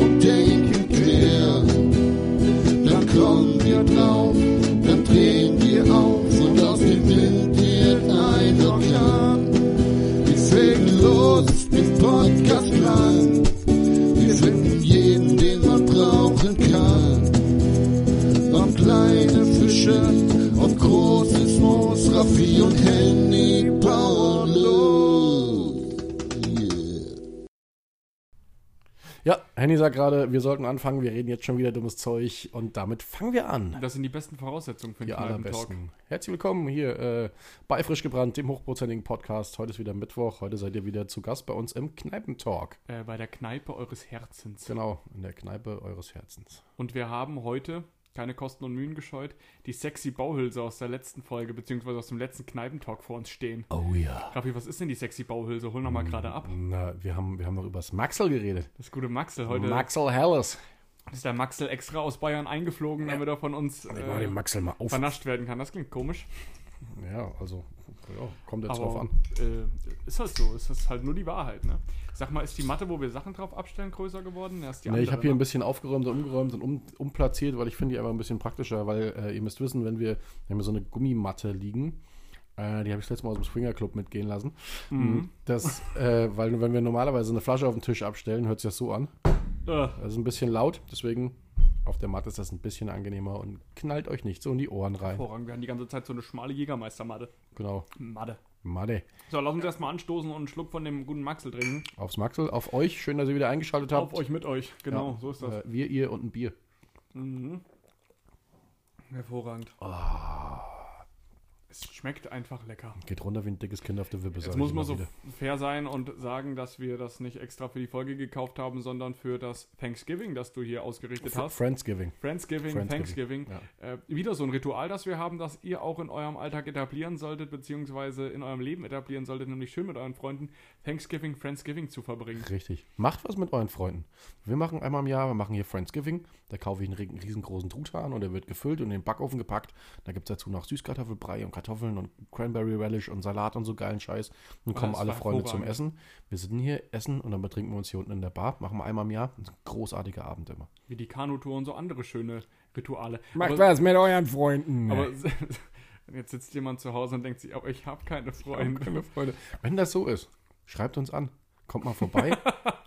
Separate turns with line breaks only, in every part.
und denken quer. Dann kommen wir drauf, dann drehen wir auf und aus dem Wind wird ein Orkan. Wir fegen los im Podcastland. Wir finden jeden, den man brauchen kann. Ob kleine Fische, ob großes Moos, Raffi und Henny bauen los. Yeah.
Ja, Henny sagt gerade, wir sollten anfangen, wir reden jetzt schon wieder dummes Zeug und damit fangen wir an.
Das sind die besten Voraussetzungen für
Die
den Kneipentalk.
allerbesten. Herzlich willkommen hier äh, bei Frisch gebrannt, dem hochprozentigen Podcast. Heute ist wieder Mittwoch, heute seid ihr wieder zu Gast bei uns im Kneipentalk.
Äh, bei der Kneipe eures Herzens.
Genau, in der Kneipe eures Herzens.
Und wir haben heute, keine Kosten und Mühen gescheut, die sexy Bauhülse aus der letzten Folge, beziehungsweise aus dem letzten Kneipentalk vor uns stehen.
Oh ja.
Raffi, was ist denn die sexy Bauhülse? Hol nochmal gerade ab.
Na, wir haben, wir haben noch übers Maxel geredet.
Das gute Maxel heute.
Maxel Hallis.
ist der Maxel extra aus Bayern eingeflogen, damit er von uns
Ich mach den
äh,
Maxel mal auf.
vernascht werden kann. Das klingt komisch.
Ja, also, ja, kommt jetzt drauf
Aber
an.
äh, ist halt so. Ist das halt nur die Wahrheit, ne? Sag mal, ist die Matte, wo wir Sachen drauf abstellen, größer geworden? Ja, ist die
Nee, ich
andere,
habe hier
ne?
ein bisschen aufgeräumt und umgeräumt und um, umplatziert, weil ich finde die einfach ein bisschen praktischer, weil äh, ihr müsst wissen, wenn wir, wenn wir so eine Gummimatte liegen, äh, die habe ich letztes Mal aus dem Swingerclub mitgehen lassen.
Mhm.
Mhm. Das, äh, weil wenn wir normalerweise eine Flasche auf den Tisch abstellen, hört sich das so an.
Äh,
Das ist ein bisschen laut, deswegen auf der Matte ist das ein bisschen angenehmer und knallt euch nicht so in die Ohren rein.
hervorragend. Wir haben die ganze Zeit so eine schmale Jägermeistermatte.
Genau.
Matte.
Matte.
So, lass uns erstmal anstoßen und einen Schluck von dem guten Maxel trinken.
Aufs Maxel, auf euch. Schön, dass ihr wieder eingeschaltet habt.
Auf euch mit euch. Genau, so ist
Äh,
das.
wir, ihr und ein Bier.
Hervorragend.
Oh.
Es schmeckt einfach lecker.
Geht runter wie ein dickes Kind auf der Wippe. sag
Jetzt
ich
muss
immer
man so
wieder.
fair sein und sagen, dass wir das nicht extra für die Folge gekauft haben, sondern für das Thanksgiving, das du hier ausgerichtet
Fr-
hast.
Friendsgiving.
Friendsgiving,
Friendsgiving,
Thanksgiving. Äh, wieder so ein Ritual, das wir haben, das ihr auch in eurem Alltag etablieren solltet, beziehungsweise in eurem Leben etablieren solltet, nämlich schön mit euren Freunden Thanksgiving, Friendsgiving zu verbringen.
Richtig. Macht was mit euren Freunden. Wir machen einmal im Jahr, wir machen hier Friendsgiving. Da kaufe ich einen ri- riesengroßen Truthahn und der wird gefüllt und in den Backofen gepackt. Da gibt es dazu noch Süßkartoffelbrei und Kartoffeln und Cranberry Relish und Salat und so geilen Scheiß. Dann
das
kommen alle
war
Freunde zum
hervorragend.
Essen. Wir sitzen hier, essen und dann betrinken wir uns hier unten in der Bar. Machen wir einmal im Jahr. Das ist ein großartiger Abend immer.
Wie die Kanutour und so andere schöne Rituale.
Macht was mit euren Freunden.
Aber jetzt sitzt jemand zu Hause und denkt sich, aber ich habe keine Freunde.
Freunde. Wenn das so ist, schreibt uns an. Kommt mal vorbei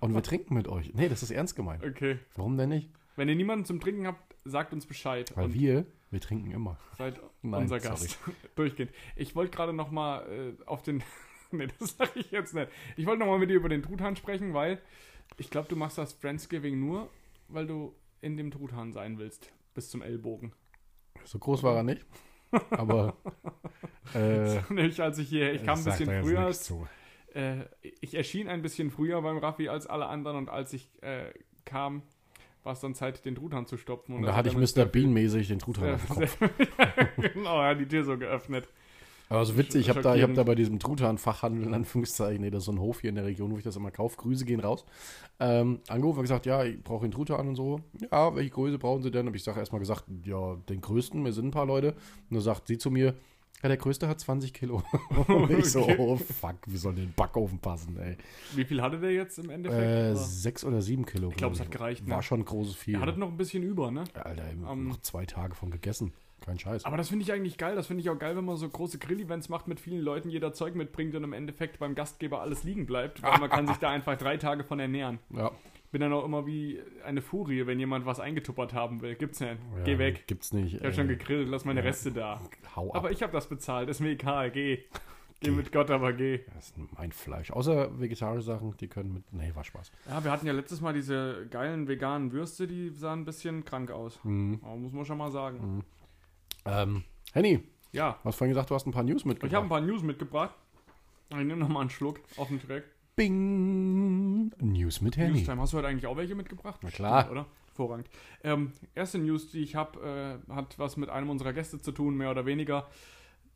und wir trinken mit euch. Nee, das ist ernst gemeint.
Okay.
Warum denn nicht?
Wenn ihr niemanden zum Trinken habt, sagt uns Bescheid
Weil
und
wir, wir trinken immer.
seid
Nein,
unser
sorry.
Gast. Durchgehend. Ich wollte gerade noch mal äh, auf den Nee, das sage ich jetzt nicht. Ich wollte noch mal mit dir über den Truthahn sprechen, weil ich glaube, du machst das Friendsgiving nur, weil du in dem Truthahn sein willst bis zum Ellbogen.
So groß war er nicht, aber äh,
Nämlich als ich hier, ich kam ein
Sagt
bisschen
er jetzt
früher,
nichts zu.
äh, ich erschien ein bisschen früher beim Raffi als alle anderen und als ich äh, kam, war es dann Zeit, den Truthahn zu stopfen.
und da
das
hatte
hat
ich
dann-
Mr. Bean-mäßig den Truthahn
Ja,
auf dem Kopf.
genau, er hat die Tür so geöffnet.
Aber so witzig, ich habe da, ich hab
schockierend.
da bei diesem Truthahn-Fachhandel, in Anführungszeichen, nee, das ist so ein Hof hier in der Region, wo ich das immer kaufe, Grüße gehen raus, ähm, angerufen und gesagt, ja, ich brauche den Truthahn und so. Ja, welche Größe brauchen Sie denn? Habe ich sag erstmal gesagt, ja, den größten, mir sind ein paar Leute. Und dann sagt sie zu mir, ja, der größte hat 20 Kilo. Und ich so,
Okay.
oh fuck, wie soll denn den Backofen passen, ey?
Wie viel hatte der jetzt im Endeffekt?
Äh,
Aber
sechs oder sieben Kilo. Ich
glaub, es hat gereicht, ne?
War schon ein großes Vier.
er hatte noch ein bisschen über, ne?
Ja, Alter, ich hab
Ähm,
noch zwei Tage von gegessen. Kein Scheiß.
Aber das finde ich eigentlich geil. Das finde ich auch geil, wenn man so große Grill-Events macht, mit vielen Leuten jeder Zeug mitbringt und im Endeffekt beim Gastgeber alles liegen bleibt, weil man kann sich da einfach drei Tage von ernähren.
ja.
Ich bin dann auch immer wie eine Furie, wenn jemand was eingetuppert haben will. Gibt's denn? Geh
Ja,
weg.
Gibt's nicht.
Ich habe schon gegrillt, lass meine
ja.
Reste da.
Hau ab.
Aber ich habe das bezahlt, ist mir egal, geh. Geh mit Gott, aber geh.
das ist mein Fleisch. Außer vegetarische Sachen, die können mit. Nee, war Spaß.
Ja, wir hatten ja letztes Mal diese geilen veganen Würste, die sahen ein bisschen krank aus. Aber muss man schon mal sagen.
Ähm, Henny,
Ja,
du hast vorhin gesagt, du hast ein paar News mitgebracht.
ich habe ein paar News mitgebracht. Ich nehme nochmal einen Schluck auf den Track.
Bing! News mit Henny.
Newstime, hast du heute eigentlich auch welche mitgebracht? Na
klar.
oder? Hervorragend. Ähm, erste News, die ich habe, äh, hat was mit einem unserer Gäste zu tun, mehr oder weniger.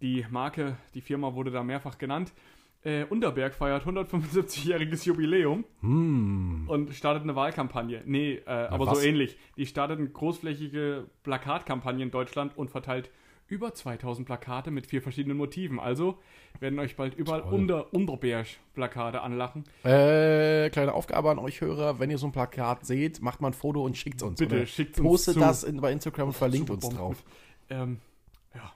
Die Marke, die Firma wurde da mehrfach genannt. Äh, Unterberg feiert 175-jähriges Jubiläum
Hm.
und startet eine Wahlkampagne. Nee, äh, aber
was?
so ähnlich. Die startet eine großflächige Plakatkampagne in Deutschland und verteilt über 2000 Plakate mit vier verschiedenen Motiven. Also werden euch bald überall unter, Unterbärsch-Plakate anlachen.
Äh, kleine Aufgabe an euch Hörer, wenn ihr so ein Plakat seht, macht mal ein Foto und schickt uns.
Bitte
oder
schickt's uns
postet
zu.
das in, bei Instagram und verlinkt uns
Bomben.
drauf.
Ähm, ja,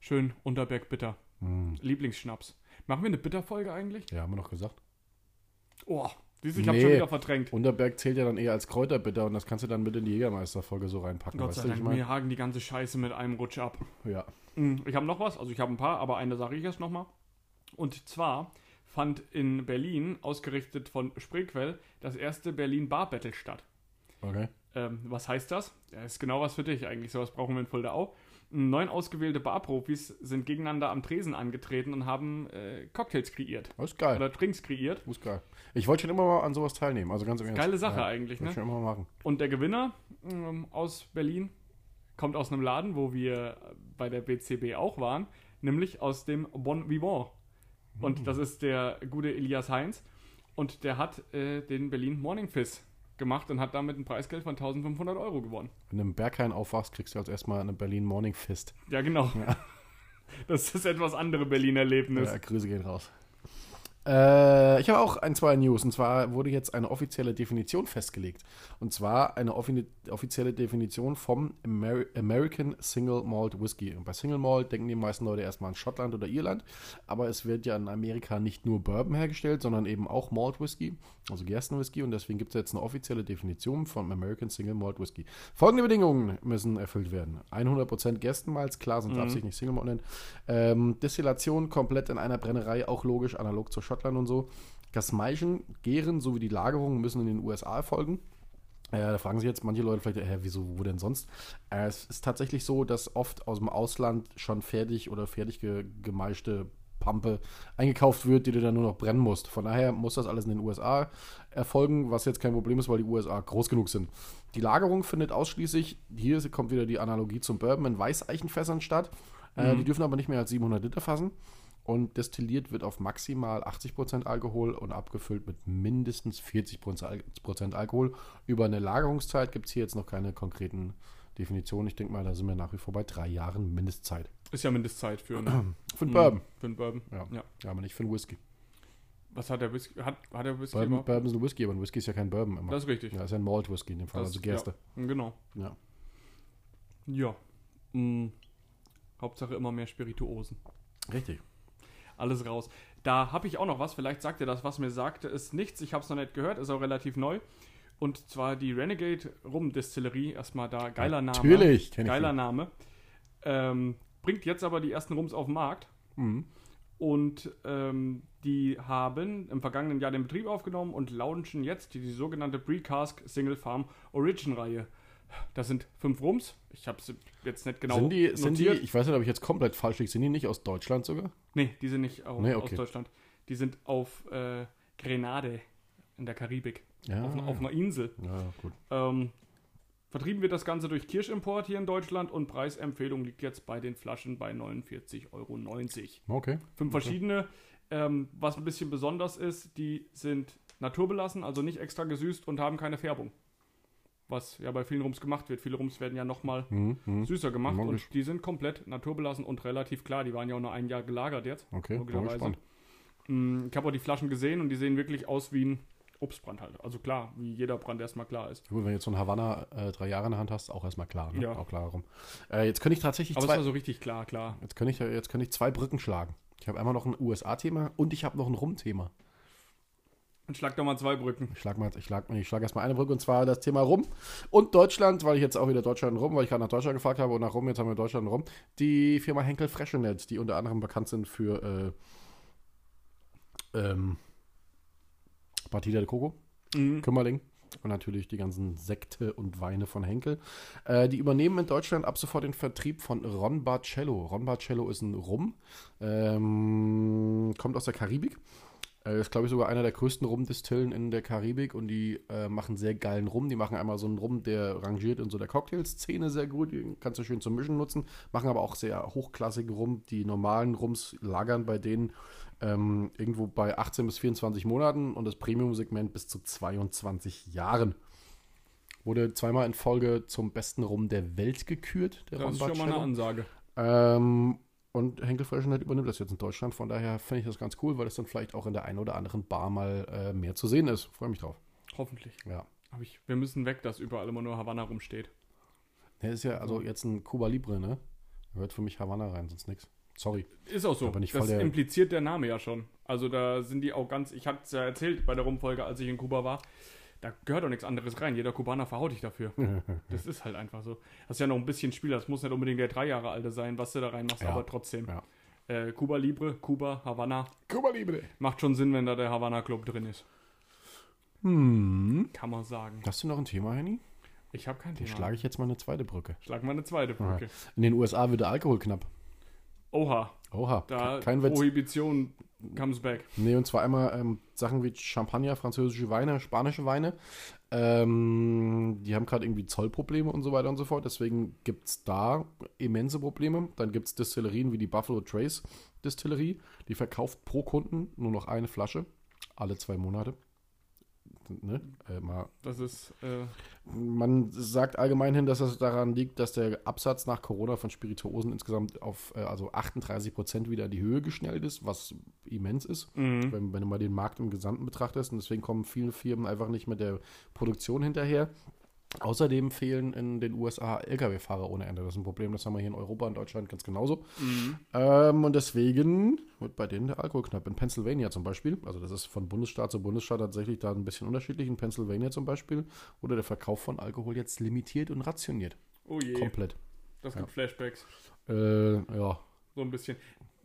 schön Unterberg bitter.
Hm.
Lieblingsschnaps. Machen wir eine Bitterfolge eigentlich?
Ja, haben wir noch gesagt.
Oh, siehst du, ich habe
Nee.
schon wieder verdrängt.
Unterberg zählt ja dann eher als Kräuterbitter und das kannst du dann mit in die Jägermeisterfolge so reinpacken.
Gott sei
du,
Dank, mir hagen die ganze Scheiße mit einem Rutsch ab.
Ja.
Mm, Ich habe noch was, also ich habe ein paar, aber eine sage ich erst nochmal. Und zwar fand in Berlin, ausgerichtet von Spreequell, das erste Berlin Bar Battle statt.
Okay.
Ähm, was heißt das? Ja, ist genau was für dich eigentlich. Sowas brauchen wir in Fulda auch. Neun ausgewählte Barprofis sind gegeneinander am Tresen angetreten und haben äh, Cocktails kreiert
Das ist geil.
oder Drinks kreiert.
Das ist geil. Ich wollte schon immer mal an sowas teilnehmen. Also ganz im Ernst.
Geile Sache
ja,
eigentlich,
Wollte
ne?
ich schon immer mal machen.
Und der Gewinner ähm, aus Berlin kommt aus einem Laden, wo wir bei der BCB auch waren, nämlich aus dem Bon Vivant.
Mm.
Und das ist der gute Elias Heinz. Und der hat äh, den Berlin Morning Fizz gemacht und hat damit ein Preisgeld von 1500 Euro gewonnen.
Wenn du im Berghain aufwachst, kriegst du als erstmal eine Berlin Morning Fist.
Ja, genau. Das ist etwas andere Berlin-Erlebnis.
Ja, Grüße gehen raus. Äh, ich habe auch ein, zwei News. Und zwar wurde jetzt eine offizielle Definition festgelegt. Und zwar eine offi- offizielle Definition vom Amer American Single Malt Whisky. Und bei Single Malt denken die meisten Leute erstmal an Schottland oder Irland. Aber es wird ja in Amerika nicht nur Bourbon hergestellt, sondern eben auch Malt Whisky, also Gerstenwhisky. Und deswegen gibt es jetzt eine offizielle Definition von American Single Malt Whisky. Folgende Bedingungen müssen erfüllt werden: 100% Gerstenmalz, klar, sonst darf sich nicht Single Malt nennen. Ähm, Destillation komplett in einer Brennerei, auch logisch, analog zu Schottland und so. Das Maischen, Gären sowie die Lagerung müssen in den USA erfolgen. Äh, da fragen sich jetzt manche Leute vielleicht, hä, wieso, wo denn sonst? Äh, es ist tatsächlich so, dass oft aus dem Ausland schon fertig oder fertig ge gemeischte Pampe eingekauft wird, die du dann nur noch brennen musst. Von daher muss das alles in den USA erfolgen, was jetzt kein Problem ist, weil die USA groß genug sind. Die Lagerung findet ausschließlich, hier kommt wieder die Analogie zum Bourbon, in Weißeichenfässern statt. Äh,
Mhm.
Die dürfen aber nicht mehr als 700 Liter fassen. Und destilliert wird auf maximal 80% Alkohol und abgefüllt mit mindestens 40% Al- Prozent Alkohol. Über eine Lagerungszeit gibt es hier jetzt noch keine konkreten Definitionen. Ich denke mal, da sind wir nach wie vor bei drei Jahren Mindestzeit.
Ist ja Mindestzeit für, ne?
Für einen Bourbon.
für einen Bourbon.
Ja.
Ja.
ja, aber nicht für einen Whisky.
Was hat der Whisky? Hat, hat der Whisky
Bourbon,
überhaupt?
Bourbon ist ein Whisky, aber ein Whisky ist ja kein Bourbon immer.
Das ist richtig.
ja, ist ja ein Malt Whisky in dem Fall,
Das-
also Gerste.
Ja, genau.
Ja.
Ja. Mm. Hauptsache immer mehr Spirituosen.
Richtig.
Alles raus. Da habe ich auch noch was. Vielleicht sagt ihr das, was mir sagte, ist nichts. Ich habe es noch nicht gehört. Ist auch relativ neu. Und zwar die Renegade Rum Distillerie. Erstmal da geiler Name.
Natürlich, kenn ich
Geiler
die.
Name. Ähm, bringt jetzt aber die ersten Rums auf den Markt.
Mhm.
Und ähm, die haben im vergangenen Jahr den Betrieb aufgenommen und launchen jetzt die, die sogenannte Pre-Cask Single Farm Origin Reihe. Das sind fünf Rums. Ich habe es jetzt nicht genau
sind die, sind die,
notiert.
ich weiß nicht, ob ich jetzt komplett falsch liege, sind die nicht aus Deutschland sogar?
Nee, die sind nicht au-
Nee,
aus
okay.
Deutschland. Die sind auf äh, Grenade in der Karibik.
Ja,
auf, auf einer Insel.
Ja, gut.
Ähm, vertrieben wird das Ganze durch Kirschimport hier in Deutschland und Preisempfehlung liegt jetzt bei den Flaschen bei 49,90 Euro.
Okay.
Fünf verschiedene. Ähm, was ein bisschen besonders ist, die sind naturbelassen, also nicht extra gesüßt und haben keine Färbung. Was ja bei vielen Rums gemacht wird. Viele Rums werden ja nochmal süßer gemacht
Mhm, Logisch.
und die sind komplett naturbelassen und relativ klar. Die waren ja auch nur ein Jahr gelagert jetzt.
Okay, bin
logischerweise.
gespannt.
Mm, Ich habe auch die Flaschen gesehen und die sehen wirklich aus wie ein Obstbrand halt. Also klar, wie jeder Brand erstmal klar ist.
Gut, wenn du jetzt so ein Havanna äh, drei Jahre in der Hand hast, auch erstmal klar. Ne?
Ja.
Auch klar rum. Äh, jetzt könnte ich tatsächlich
Aber es
zwei,
war so richtig klar, klar.
jetzt könnte ich, jetzt könnte ich zwei Brücken schlagen. Ich habe einmal noch ein USA-Thema und ich habe noch ein Rum-Thema.
Und schlag doch mal zwei Brücken.
Ich schlage mal, ich schlag, ich schlag erstmal eine Brücke und zwar das Thema Rum und Deutschland, weil ich jetzt auch wieder Deutschland rum, weil ich gerade nach Deutschland gefragt habe und nach Rum, jetzt haben wir Deutschland rum. Die Firma Henkel Freshenet, die unter anderem bekannt sind für äh, ähm, Partida de Coco,
Mm,
Kümmerling und natürlich die ganzen Sekte und Weine von Henkel. Äh, die übernehmen in Deutschland ab sofort den Vertrieb von Ron Barcello. Ron Barcello ist ein Rum, ähm, kommt aus der Karibik. Äh, Ist, glaube ich, sogar einer der größten Rumdistillen in der Karibik und die äh, machen sehr geilen Rum. Die machen einmal so einen Rum, der rangiert in so der Cocktailszene sehr gut. Den kannst du schön zum Mischen nutzen. Machen aber auch sehr hochklassige Rum. Die normalen Rums lagern bei denen ähm, irgendwo bei 18 bis 24 Monaten und das Premium-Segment bis zu 22 Jahren. Wurde zweimal in Folge zum besten Rum der Welt gekürt, der
Das ist schon mal eine
Barcello.
Ansage.
Ähm, und Henkel Freischneider übernimmt das jetzt in Deutschland. Von daher finde ich das ganz cool, weil es dann vielleicht auch in der einen oder anderen Bar mal äh, mehr zu sehen ist. Freue mich drauf.
Hoffentlich.
Ja.
Aber ich, wir müssen weg, dass überall immer nur Havanna rumsteht.
Der ist ja also jetzt ein Cuba Libre, ne? Hört für mich Havanna rein, sonst nix. Sorry.
Ist auch so.
Aber nicht voll
das
der-
impliziert der Name ja schon. Also da sind die auch ganz, ich hatte es ja erzählt bei der Rumfolge, als ich in Kuba war, da gehört doch nichts anderes rein. Jeder Kubaner verhaut dich dafür. das ist halt einfach so. Das ist ja noch ein bisschen Spieler, das muss nicht unbedingt der drei Jahre alte sein, was du da reinmachst,
Ja.
aber trotzdem.
Ja.
Äh, Kuba Libre, Kuba, Havanna.
Cuba Libre.
Macht schon Sinn, wenn da der Havanna Club drin ist.
Hm.
Kann man sagen.
Hast du noch ein Thema, Henny?
Ich habe kein Thema.
Schlage ich jetzt mal eine zweite Brücke.
Schlag mal eine zweite Brücke.
In den USA wird der Alkohol knapp.
Oha,
Oha.
da
ke- Kein Witz.
Prohibition comes back.
Nee, und zwar einmal ähm, Sachen wie Champagner, französische Weine, spanische Weine. Ähm, die haben gerade irgendwie Zollprobleme und so weiter und so fort. Deswegen gibt es da immense Probleme. Dann gibt es Destillerien wie die Buffalo Trace Distillerie. Die verkauft pro Kunden nur noch eine Flasche. Alle zwei Monate. Ne? Äh, mal
Das ist äh,
man sagt allgemein hin, dass das daran liegt, dass der Absatz nach Corona von Spirituosen insgesamt auf äh, also 38 Prozent wieder in die Höhe geschnellt ist, was immens ist, wenn, wenn du mal den Markt im Gesamten betrachtest. Und deswegen kommen viele Firmen einfach nicht mit der Produktion hinterher. Außerdem fehlen in den USA Lkw-Fahrer ohne Ende. Das ist ein Problem, das haben wir hier in Europa und Deutschland ganz genauso. Ähm, und deswegen wird bei denen der Alkohol knapp. In Pennsylvania zum Beispiel, also das ist von Bundesstaat zu Bundesstaat tatsächlich da ein bisschen unterschiedlich. In Pennsylvania zum Beispiel wurde der Verkauf von Alkohol jetzt limitiert und rationiert.
oh je,
Komplett.
das gibt Flashbacks.
Äh, ja.
So ein bisschen.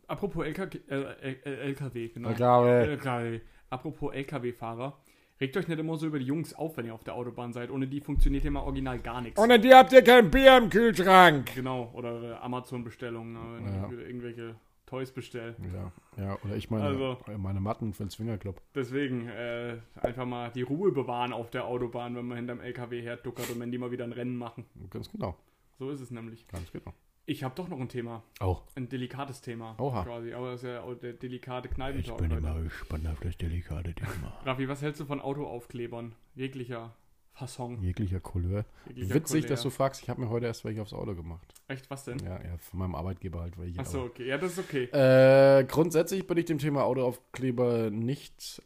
Apropos LKW, äh, äh, LKW genau.
Alkohol.
LKW. Apropos LKW-Fahrer. Regt euch nicht immer so über die Jungs auf, wenn ihr auf der Autobahn seid. Ohne die funktioniert ja mal original gar nichts.
Ohne die habt ihr kein Bier im Kühlschrank.
Genau, oder äh, Amazon-Bestellungen, äh, wenn
Ja.
ich wieder irgendwelche Toys bestell.
Ja. ja, oder ich meine,
Also-
meine Matten für den Swingerclub.
Deswegen äh, einfach mal die Ruhe bewahren auf der Autobahn, wenn man hinterm LKW herduckert und wenn die mal wieder ein Rennen machen.
Ganz genau.
So ist es nämlich.
Ganz genau.
Ich habe doch noch ein Thema.
Oh.
Ein delikates Thema.
Oha.
Quasi. Aber das ist ja auch der delikate Kneipentalk.
bin
heute.
immer gespannt auf das delikate Thema.
Raffi, was hältst du von Autoaufklebern? Jeglicher Fasson.
Jeglicher Couleur.
Jeglicher
Witzig,
Couleur.
dass du fragst. Ich habe mir heute erst welche aufs Auto gemacht.
Echt, was denn?
Ja, ja, von meinem Arbeitgeber halt welche.
Ach so, okay. Ja, das ist okay.
Äh, grundsätzlich bin ich dem Thema Autoaufkleber nicht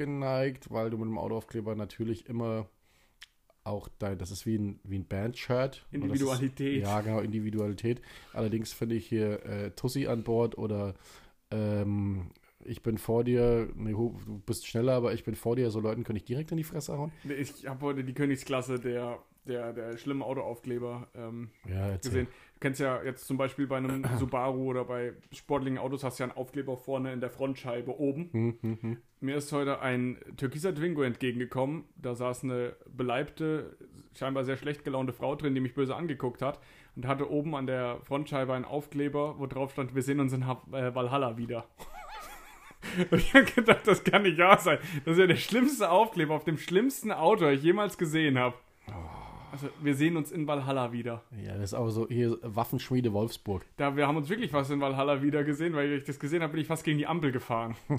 abgeneigt, weil du mit dem Autoaufkleber natürlich immer auch dein, das ist wie ein, wie ein Band-Shirt. Und das ist-
Individualität.
Ja, genau, Individualität. Allerdings finde ich hier äh, Tussi an Bord oder ähm, ich bin vor dir, nee, hu- du bist schneller, aber ich bin vor dir, so Leuten könnte ich direkt in die Fresse hauen.
Nee, Ich habe heute die Königsklasse der, der, der schlimmen Autoaufkleber ähm,
Ja, jetzt
gesehen. Du kennst ja jetzt zum Beispiel bei einem Subaru oder bei sportlichen Autos hast du ja einen Aufkleber vorne in der Frontscheibe oben. Mir ist heute ein türkiser Twingo entgegengekommen. Da saß eine beleibte, scheinbar sehr schlecht gelaunte Frau drin, die mich böse angeguckt hat und hatte oben an der Frontscheibe einen Aufkleber, wo drauf stand, wir sehen uns in ha äh, Valhalla wieder. Und ich habe gedacht, das kann nicht wahr sein. Das ist ja der schlimmste Aufkleber auf dem schlimmsten Auto, das ich jemals gesehen habe. Also, wir sehen uns in Valhalla wieder.
Ja, das ist aber so hier Waffenschmiede Wolfsburg.
Da, wir haben uns wirklich fast in Valhalla wieder gesehen, weil ich das gesehen habe, bin ich fast gegen die Ampel gefahren.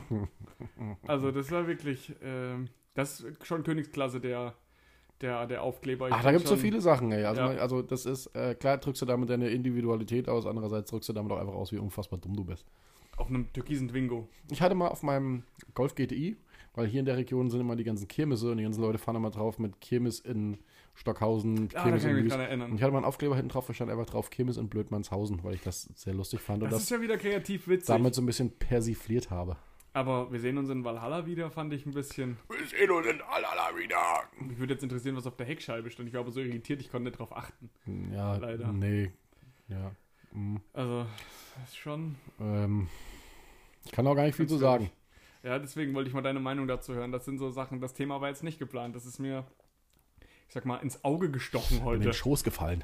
also das war wirklich, ähm, das ist schon Königsklasse der, der, der Aufkleber. Ich
Ach, da
fand
gibt es so
schon-
viele Sachen, ey. Also,
Ja.
man- also das ist, äh, klar drückst du damit deine Individualität aus, andererseits drückst du damit auch einfach aus, wie unfassbar dumm du bist.
Auf einem türkisen Twingo.
Ich hatte mal auf meinem Golf GTI, weil hier in der Region sind immer die ganzen Kirmesse und die ganzen Leute fahren immer drauf mit Kirmes in Stockhausen,
Ah,
Kirmes
da kann ich
in
mich
Lüß.
dran
Und
erinnern.
ich hatte mal einen Aufkleber hinten drauf, da stand einfach drauf Kirmes in Blödmannshausen, weil ich das sehr lustig fand und
Das
das,
ist ja wieder kreativ witzig.
damit so ein bisschen persifliert habe.
Aber wir sehen uns in Valhalla wieder, fand ich ein bisschen.
Wir sehen uns in Alala wieder.
Mich würde jetzt interessieren, was auf der Heckscheibe stand. Ich war aber so irritiert, ich konnte nicht drauf achten.
Ja,
Leider.
nee. Ja. Mhm.
Also, das ist schon.
Ähm, ich kann auch gar nicht viel
Ganz
zu
schwierig.
sagen.
Ja, deswegen wollte ich mal deine Meinung dazu hören. Das sind so Sachen, das Thema war jetzt nicht geplant. Das ist mir, ich sag mal, ins Auge gestochen
In
heute.
den Schoß gefallen.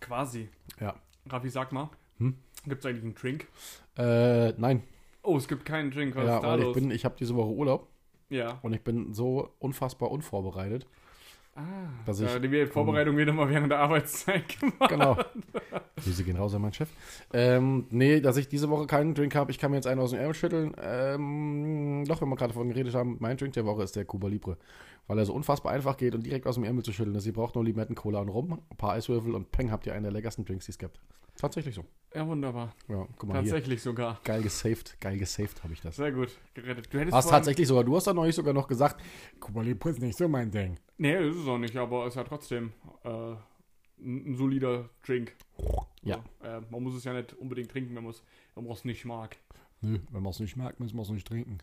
Quasi.
Ja.
Raffi, sag mal,
Hm?
gibt es eigentlich einen Drink?
Äh, nein.
Oh, es gibt keinen Drink. Was
ja,
ist da
weil ich
los?
bin, ich habe diese Woche Urlaub
ja.
und ich bin so unfassbar unvorbereitet,
Ah,
dass ich
ja, die Vorbereitung wird immer während der Arbeitszeit gemacht.
genau. Grüße gehen raus an meinen Chef. Ähm, nee, dass ich diese Woche keinen Drink habe. Ich kann mir jetzt einen aus dem Ärmel schütteln. Ähm, doch, wenn wir gerade davon geredet haben, mein Drink der Woche ist der Cuba Libre. Weil er so unfassbar einfach geht und direkt aus dem Ärmel zu schütteln ist. Ihr braucht nur Limetten, Cola und Rum, ein paar Eiswürfel und Peng habt ihr einen der leckersten Drinks, die es gibt. Tatsächlich so.
Ja, wunderbar.
Ja, guck mal hier.
Tatsächlich sogar.
Geil gesaved, geil gesaved habe ich das.
Sehr gut, gerettet. Du hättest
Hast
vorhin-
tatsächlich sogar, du hast da neulich sogar noch gesagt,
Guck mal, die Puss nicht so mein Ding.
Nee, ist es auch nicht, aber es ist ja trotzdem äh, ein, ein solider Drink.
Ja.
Äh, man muss es ja nicht unbedingt trinken, wenn man es wenn man's nicht mag.
nö, wenn man es nicht mag, müssen wir es nicht trinken.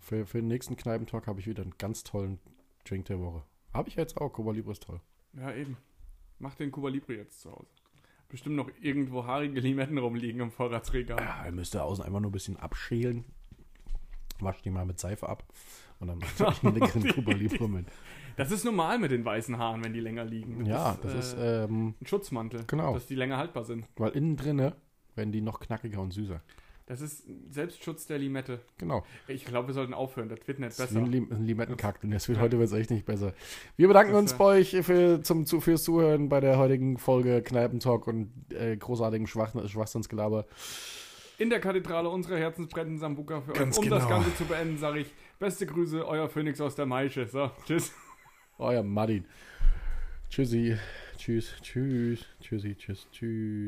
Für, für den nächsten Kneipentalk habe ich wieder einen ganz tollen Drink der Woche. Habe ich jetzt auch, Cuba Libre ist toll.
Ja, eben. Mach den Cuba Libre jetzt zu Hause. Bestimmt noch irgendwo haarige Limetten rumliegen im Vorratsregal.
Ja, ihr müsst da außen einfach nur ein bisschen abschälen. Wascht die mal mit Seife ab und dann macht ihr euch einen leckeren Cuba Libre mit.
Das ist normal mit den weißen Haaren, wenn die länger liegen.
Ja, das ist,
äh,
ähm,
ein Schutzmantel,
genau.
dass die länger haltbar sind.
weil innen drinne werden die noch knackiger und süßer.
Das ist Selbstschutz der Limette.
Genau.
Ich glaube, wir sollten aufhören. Das wird nicht
Das ist
besser.
wie ein Lim ein Limettenkack und das wird heute wird's echt nicht besser. Wir bedanken uns
Das, äh,
bei euch für, zum, zu, fürs Zuhören bei der heutigen Folge Kneipentalk und äh, großartigem Schwach Schwachsinnsgelaber.
In der Kathedrale unserer Herzensbrennen Sambuka für
Ganz
euch. Um das
genau.
Ganze zu beenden, sage ich, beste Grüße, euer Phönix aus der Maische. So, tschüss.
Euer Martin. Tschüssi. Tschüss. Tschüss. Tschüssi. Tschüss. Tschüss.